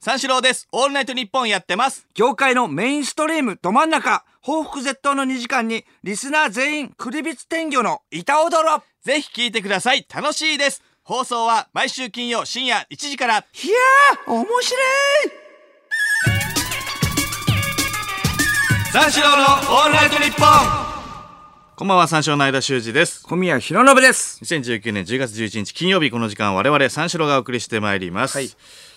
三四郎です。オールナイトニッポンやってます。業界のメインストリームど真ん中報復絶倒の2時間にリスナー全員クリビツ天魚の板踊ろぜひ聞いてください。楽しいです。放送は毎週金曜深夜1時から。いやー面白い三四郎のオールナイトニッポンこんばんは、三四郎の間修二です。小宮弘信です2019年10月11日金曜日この時間我々三四郎がお送りしてまいります、はい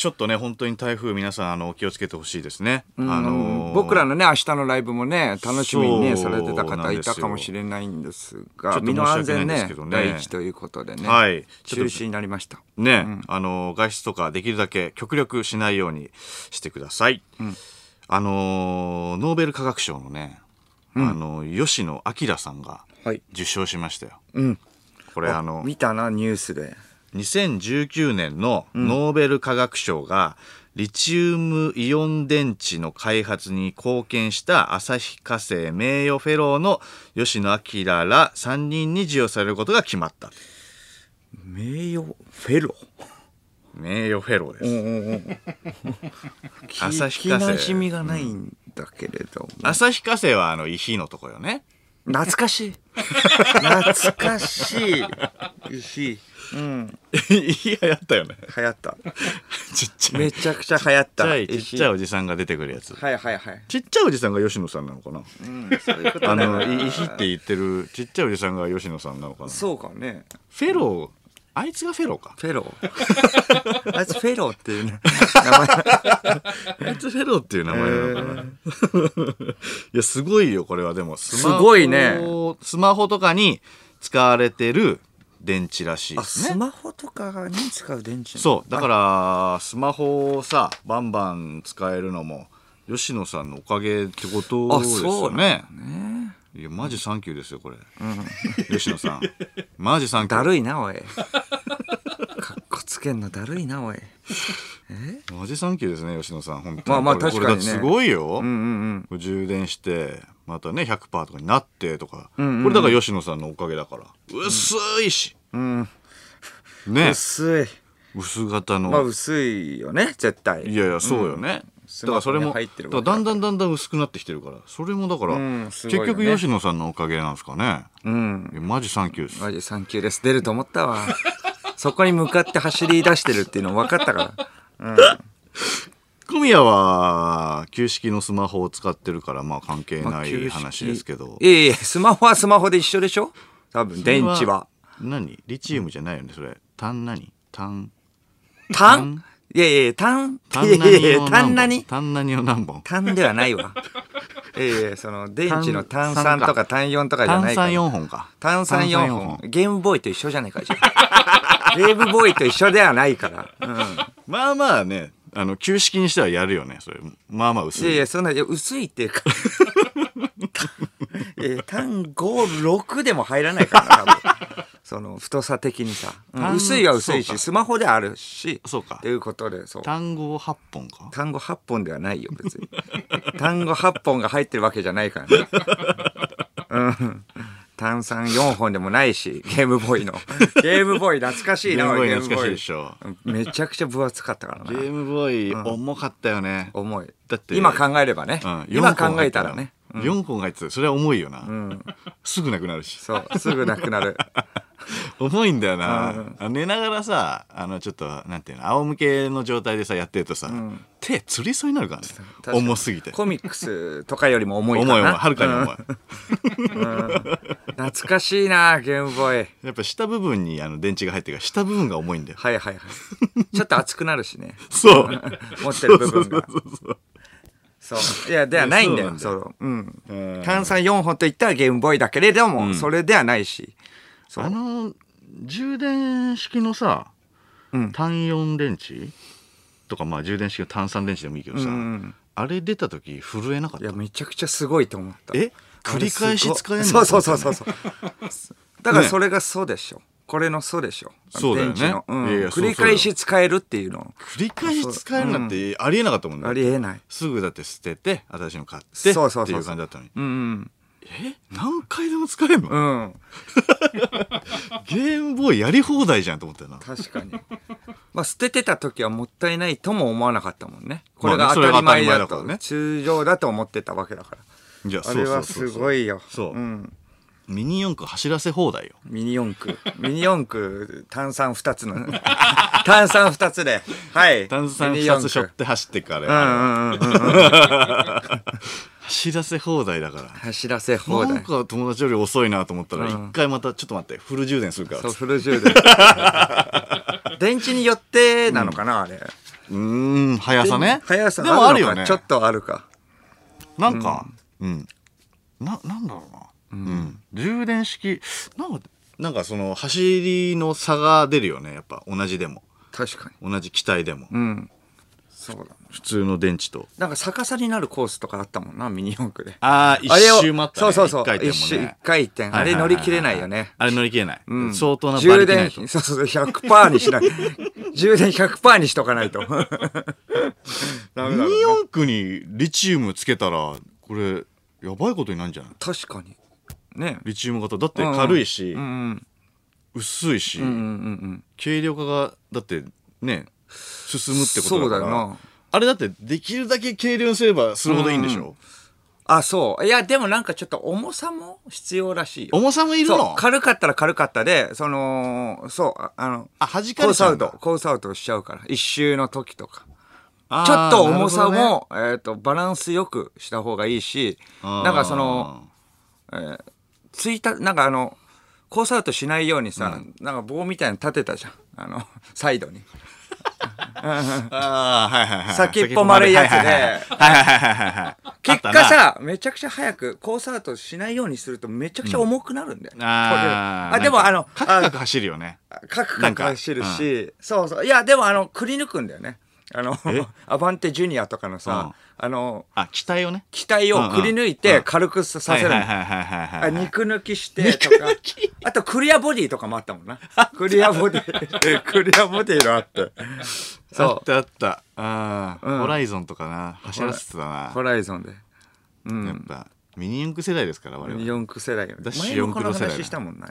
ちょっとね本当に台風皆さんあの気をつけてほしいですね、あのー僕らのね明日のライブもね楽しみにねそさうれてたな方んいですよたかもしれないんですちょがっと身の申安し訳全ないですねけどね第一ということでね、はいちょ中っと止になりましたね、あの外出とかできるだけ極力しないようにしてください、あのーノーベル化学賞のね、あの吉野明さんがはい受賞しましたよ、んこれあの見たなニュースで2019年のノーベル化学賞が、リチウムイオン電池の開発に貢献した旭化成名誉フェローの吉野明ら3人に授与されることが決まった名誉フェロ名誉フェローです聞旭き化なじ成みがないんだけれども、旭化成はあの遺品のとこよね懐かしい懐かしいしうんいや、やったよね。流行ったちっちゃい。めちゃくちゃ流行ちっっちたゃい、ちっちゃいおじさんが出てくるやつ。はいはいはい、ちっちゃいおじさんが吉野さんなのかなうん、そういうことあだなの、いいひって言ってるちっちゃいおじさんが吉野さんなのかなフそうかねェロー、あいつがフェローか。フェロ ーあいつフェローっていうね名前あいつフェローっていう名前なのかないや、すごいよ、これは。でも、すすごいね。スマホとかに使われてる電池らしいあですねス。マホとかに使う電池そうだからスマホをさバンバン使えるのも吉野さんのおかげってことあですそようねいやマジサンキューですよこれ、吉野さ んマジサンキュだーるいなおいかっこつけんのだるいなおいマジサンキューですね吉野さん本当にまあまこあれ確かにねこれだってすごいよ、うんうん充電してまたね100%とかになってとか、んうんうんこれだから吉野さんのおかげだから薄いし、うんうんね薄い薄型の、まあ薄いよね絶対いやいやそうよね、スだかマらそホれにも入ってるだわけからだんだんだんだん薄くなってきてるからそれもだから、うんす結ごいよね局吉野さんのおかげなんですかねうんいやマジサンキューですマジサンキューです出ると思ったわそこに向かって走り出してるっていうの分かったから小宮は旧式のスマホを使ってるからまあ関係まあな旧い式話ですけど、いやいやスマホはスマホで一緒でしょ多分電そ池れは何リチウムじゃないよねそれ単何単単いやいやいや単単いやいやい何やを何単何本単何を何本単ではない わ。ええその電池の単単三とか単四とかじゃな単いか三ら。 4本か単三四単本。ゲームボーイと一緒じゃないかじゃ あゲームボーイと一緒ではないから。うまあまあねあの旧式にしてはやるよねそれまあまあん。い薄やいいやそんないや薄いっていうか。 ええ単五六でも入らないからな多 分。その太さ的にさ、うん単薄いは薄いそうかしスマホであるしそうかということでそう単語8本か単語8本ではないよ別に 単語8本が入ってるわけじゃな いからね、うん、炭酸4本でもないしゲームボー イのゲームボーイ懐かしゲいなームボーイゲ懐かしいでしょめちゃくちゃ分厚かったからゲーなムボーイ重かったよね、重いだって今考えればね、うん今考えたらね、 4本入ってたそれは重いよな、んすぐなくなるしそうすぐな くなる重いんだよな、あ寝ながらさあのちょっとなんていうの仰向けの状態でさやってるとさ、手つりそうになるからねかに重すぎてコミックスとかよりも重い重いか重いなはるかに重い、うん懐かしいなゲームボーイやっぱ下部分にあの電池が入ってるから下部分が重いん だよはいはいはいちょっと熱くなるしねそう持ってる部分がそうそうそうそういやではないんだいやそよそのうんそううん炭酸4本といったらゲームボーイだけれども、それではないしそうあの充電式のさ、うん単4電池とかまあ充電式の単3電池でもいいけどさ、うんあれ出た時震えなかっいたやめちゃくちゃすごいと思ったえ繰り返し使えるんのそうそうそうそ うそうだからねそれが「そうでしょ」これの「そうでしょ」そうだよね電池のうんいやいやそう繰り返し使えるっていうの繰り返し使えるなんてありえなかったもんね、ありえないすぐだって捨てて新しいの買ってそうそうっていそううそ感うじだったのにうんうんえ何回でも使えんのうんゲームボーイやり放題じゃんと思ったよな確かに まあ捨ててた時はもったいないとも思わなかったもんねこまあれねが当たり前だそれが当たり前だからとね通常だと思ってたわけだからいやあれそうそうはすそうそうごいよそううん、ミニ四駆走らせ放題よミニ四駆ミニ四駆炭酸2つの 炭酸2つではい炭酸ミニ2四つ背負っ駆て走ってっから、うんうんうんうん走らせ放題だから走らせ放なん題か友達より遅いなと思ったら一回またちょっと待ってフル充電するからっつそうってフル充電 電池によってなのかな、あれうーん速さね速さでもああるるよよねねちょっとあるかなんか、うん、な、なんだろうな。うん、充電式、なんか、なんかその走りの差が出るよね。やっぱ同じでも、確かに同じ機体でも、うんそうだ普通の電池と。なんか逆さになるコースとかあったもんな、ミニ四駆で。ああ、一あれを周待った、そね。うそうそう。一回転一も周、一ね。回転。あれ乗り切れないよね。あれ乗り切れない。うん相当な馬充力ない電、とそう。そうそう、100%にしない。充電100%にしとかない と。ダメだろうミねニ四駆にリチウムつけたら、これ、やばいことになるんじゃない確かに。ね。リチウム型。だって軽いし、うんうん薄いし、うんうんうん軽量化が、だってね、進うむん。ってことだから。そうだよな。あれだってできるだけ軽量にすればするほどいいんでしょ、あ、そう。いや、でもなんかちょっと重さも必要らしいよ。重さもいるそのう。軽かったら軽かったで、その、そう、ああの、あ弾かコーれスちゃアうウんだト、コースアウトしちゃうから。一周の時とか。あーちょっと重さなるほも、えっ、と、バランスよくした方がいいし、どねなんかその、ついた、なんかあの、コースアウトしないようにさ、なんか棒みたいなの立てたじゃん。あの、 サイドに。あーはいはいはい先っぽ丸いやつではいはいはいはいはいはい結あった果なさ、めちゃくちゃ早く、コースアウトしないようにするとめちゃくちゃ重くなるんだよ。あーあでもあの、カクカク走るよねあカクなカんクか走るし、そうそう。いや、でもあの、くり抜くんだよね。あの、アバンテジュニアとかのさ、あの、あ機体をね機体をくり抜いて軽くさせるのはいはいはいはいはいはあい肉抜きしてとか。あとクリアボディとかもあったもんな。クリアボディ。クリアボディのあって。あっそたあったあー、うんホライゾンとかな走らせてたう。なホライゾンで。やっぱミニ四駆世代ですから我々四駆世代よね。だし前もこの四駆の世代だ話したもんな。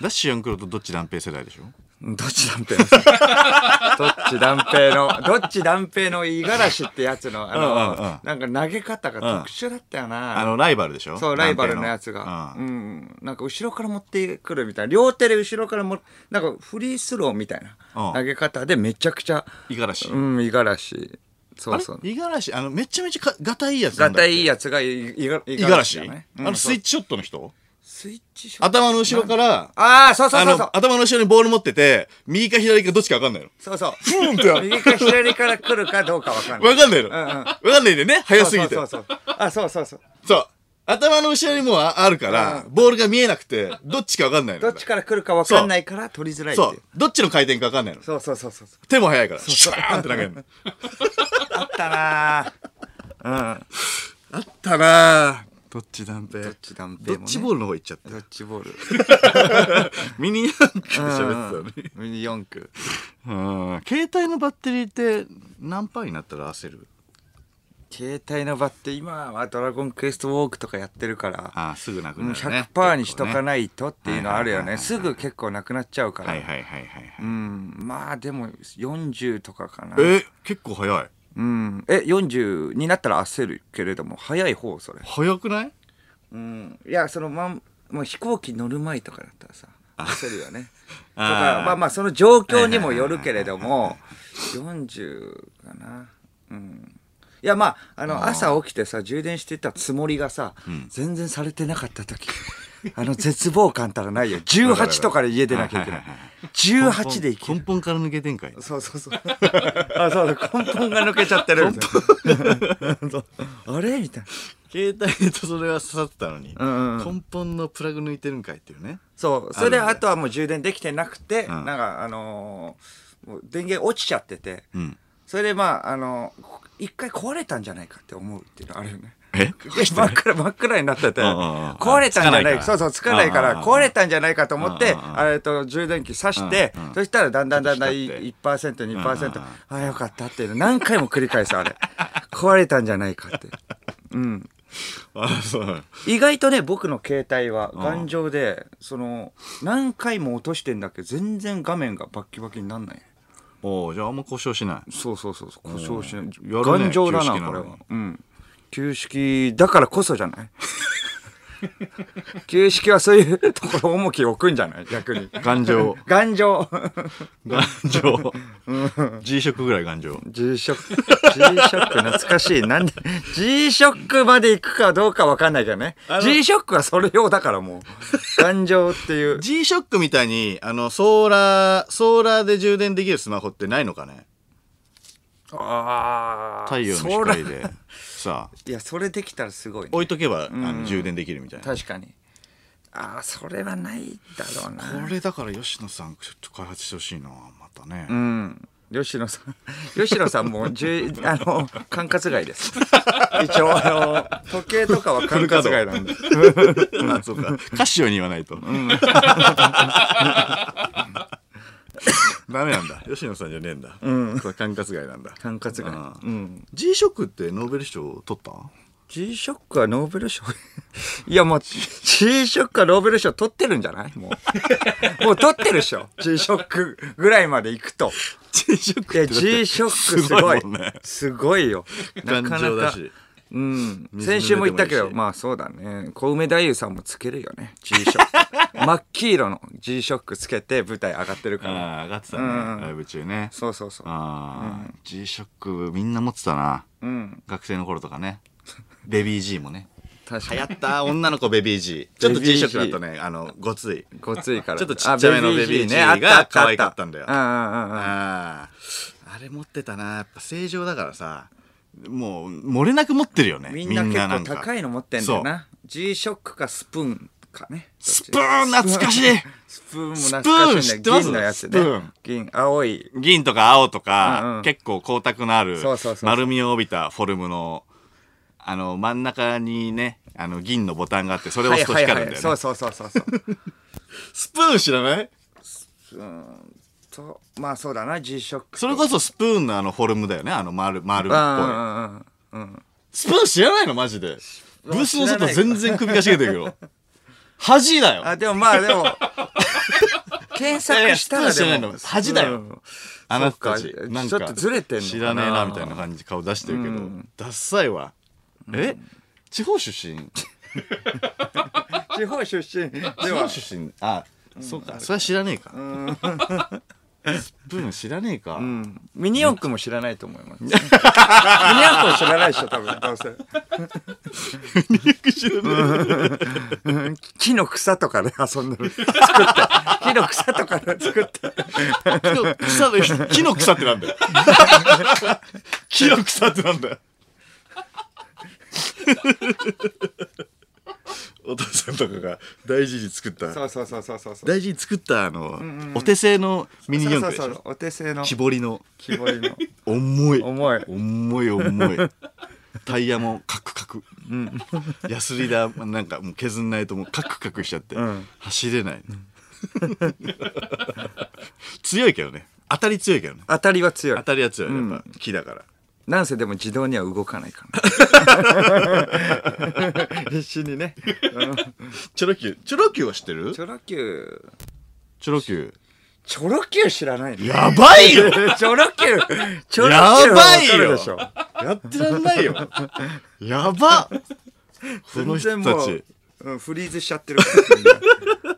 ダッシュ四駆とどっち断平世代でしょどっち断平どっち断平の、どっち断平の五十嵐ってやつの、うんうんうんあの、なんか投げ方が特殊だったよな。あのライバルでしょそう、ライバル断の平やつが。ううんん。なんか後ろから持ってくるみたいな。両手で後ろからも、なんかフリースローみたいうんな投げ方でめちゃくちゃ、五十嵐うん、五十嵐。そうそう。五十嵐、あの、めちゃめちゃか、がたいいやつながんだたっいけ。いやつがいいが、い五十嵐、あの、ススイイッチショットの人ッチショット。頭の後ろから、ああ、そうそうあそのうそう。、頭の後ろにボール持ってて、右か左かどっちかわかんないの。そうそう。ブーンってなる右か左から来るかどうかわかんない。 わかんないの。うんうんわかんないでね、早すぎて。そそううそうそうそう。あ、そうそうそう。頭の後ろにもああるから、ボールが見えなくて、どっちかわかんないの。どっちから来るかわかんないから取りづらいっていそうう。。どっちの回転かわかんないの。そうそうそうそう。手も速いから、シュワーンって投げるの。あったなーうん。あったなぁ。どっち断平。どっち断ど平っも、ね。ちボールの方行っちゃった。ドッジボール。ミニ四駆で 喋ってたのに。ミニ四駆。うん携帯のバッテリーって何パーになったら焦る携帯の場って今はドラゴンクエストウォークとかやってるから。ああすぐなくうんなるね100%にしとかい、ないとっていうのあるよはいはいはいはいね。すぐ結構なくなっちゃうから。はいはいはいはい、うはいん。まあでも40とかかな。え結構早いうん。え、40になったら焦るけれども、早い方、それ。早くないうん。いや、そのまん、もう飛行機乗る前とかだったらさ、焦るよね。と あーか、まあまあ、その状況にもよるけれども、40かな。うん。いや、まあ、あの、朝起きてさ、充電してたつもりがさ、全然されてなかった時。あの絶望感た らないよ18とかで家出なきゃいけない18でいける根本から抜けてんかいそうそ うそう。あ、そうだ、根本が抜けちゃってるみたいな そうあれみたいな。携帯とそれは刺さってたのに、んうん根本のプラグ抜いてるんかいっていうねそう。それで、あとはもう充電できてなくて、んなんか、あのーもう電源落ちちゃってて、うんそれで、まあ、あのーこ一回壊れたんじゃないかって思うっていうのあるよね。え 真っ暗、真っ暗になってて、うんうんうん壊れたんじゃないつかないからそうそう、つかないかうんうんら、うん壊れたんじゃないかと思って、うんうんうんあれと充電器挿して、うんうんそしたらだんだんだんだんちょっと光1%、うんうん2%、うんああ、よかったっていうの何回も繰り返す、あれ。壊れたんじゃないかって。うん。 あそう意外とね僕の携帯は頑丈でその何回も落としてんだけど全然画面がバッキバキになんないおうじゃああんま故障しないそうそうそうそう故障しなやい、るね頑丈だな旧式なのこれはうん旧式だからこそじゃない 旧式はそういうところ重きを置くんじゃない逆に頑丈頑丈 頑丈 G 色ぐらい頑丈 G ショック G ショック懐かしいなんで G ショックまで行くかどうかわかんないけどねあの G ショックはそれ用だからもう頑丈っていう G ショックみたいにあのソーラーソーラーで充電できるスマホってないのかねああ太陽の 光でさあいやそれできたらすごい、ね、置いとけば、あの充電できるみたいな確かにああそれはないだろうなこれだから吉野さんちょっと開発してほしいなまたね、うん吉野さん吉野さんもじゅ あの管轄外です 一応あの時計とかは管轄外なんであ そうかカシオに言わないと、 ダメなんだ吉野さんじゃねえんだ、これ管轄外なんだ管轄あ外ーうん G ショックってノーベル賞取った G ショックはノーベル賞 いやもう G ショックはノーベル賞取ってるんじゃないも うもう取ってるでしょ G ショックぐらいまで行くと G ショッいや G ショックすごいすごいもんねすごいよな頑か丈なだかしうん水先週も言ったけ濡れてもいどいしまあそうだね小梅太夫さんもつけるよね G ショ ック真っ黄色の G ショックつけて舞台上がってるからああ上がってたね、うんライブ中ねそうそうそうああ、G ショックみんな持ってたなうん学生の頃とか ねベビー G もね確か流に行った女の子ベビー G ちょっとベビ G ー G ショックだとねあのごついごついからちょっとちっちゃめのあ Baby G ねあっがたあった可愛かったんだようんうんうんうんあああれ持ってたなやっぱ正常だからさもう漏れなく持ってるよねみんな結構高いいの持ってんだよな G ショックかスプーンかねスプーン懐かしいスプーンも懐かしいスプーン知っんてだまよす銀のやつスプねーン銀青い銀とか青とか、うんうん結構光沢のあるそうそうそうそう丸みを帯びたフォルムのあの真ん中にねあの銀のボタンがあってそれを押すとはいは光いるんだよね、はいそうそうそうそうそうスプーン知らないうんとまあそうだな G ショックそれこそスプーンのあのフォルムだよねあの丸丸っぽいあうんうんうんうんスプーン知らないのマジでブースの外全然首かしげてるけ ど恥だよあでもまあ でも検索したらいやいやスプーンじゃなでいもの恥だようんあなたたそちっかなんちょかっとずれてんのかな知らねえなみたいな感じ顔出してるけど、ダッサいわえ地方出 身地方出身で地は方出身あ、そうかそれは知らねえか、スプーン知らねえか、うんミニ四駆も知らないと思 います、ミニ四駆も知らないでしょ多分どうせ知らね木の草とかで遊ん でる作った木の草とかで作ったえ木の草の人木の草ってなんだ よ木の草ってなんだよお父さんとかが大事に作ったそうそうそうそうそうそう大事に作ったあの、お手製のミニ四そう駆でしょそうそうお手製の木彫りの木彫りの重い重い重い重いタイヤもカクカク、ヤスリだなんかもう削んないともうカクカクしちゃって、ん走れない、強いけどね当たり強いけどね当たりは強当いたりは強いやっぱ木だから、なんせでも自動には動かないから 必死にねチョロ Q チョロ Q は知ってるチョロ Q チョロ Q チョロ Q 知らないのやばいよチョロ Q チョロ Q やばいわかるよでしょやってらんないよやばこの人全然たもちう、うん、フリーズしちゃってるか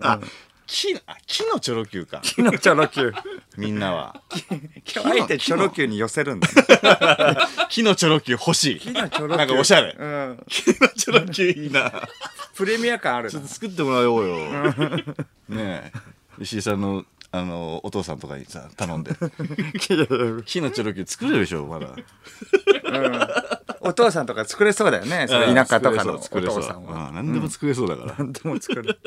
ら木のあ木のチョロ Q か木のチョロ Q みんなは今日あえてチョロ Q に寄せるんだね木のチョロ Q 欲しい木のチョロ Q なんかおしゃれうん、木のチョロ Q いいなプレミア感あるちょっなと作ってもらおうよ。 ねえ、石井さんの、あの、お父さんとかにさ、頼んで。木のチョロキ作れるでしょまだ。お父さんとか作れそうだよねその田舎とかのお作れそう父作されそうんはうん何でも作れそうだから。何でも作る。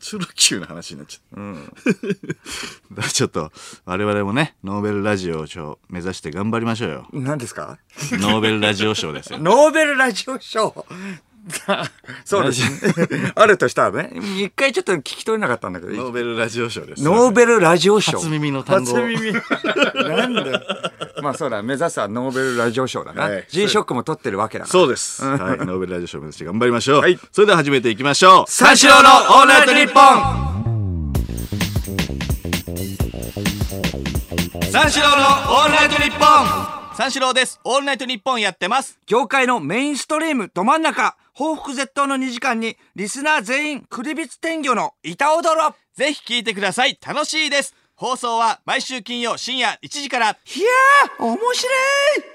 チョロキューの話になっちゃった。 だからちょっと、我々もね、ノーベルラジオ賞目指して頑張りましょうよ何ですかノーベルラジオ賞ですよ。ノーベルラジオ 賞そうですねあるとしたらね一回ちょっと聞き取れなかったんだけどノーベルラジオ賞です。ノーベルラジオ賞初耳の単語初耳 なんだよまあそうだ目指すはノーベルラジオ賞だな、はい G ショックも取ってるわけだからそうです。はい。ノーベルラジオ賞目指して頑張りましょう。はいそれでは始めていきましょう。三四郎のオールナイトニッポ三四郎のオールナイトニッポン三四郎です。オールナイトニッポンやってます。業界のメインストリームど真ん中報復絶倒の2時間にリスナー全員クリビツ天魚の板踊ろぜひ聞いてください。楽しいです。放送は毎週金曜深夜1時から。いやー面白い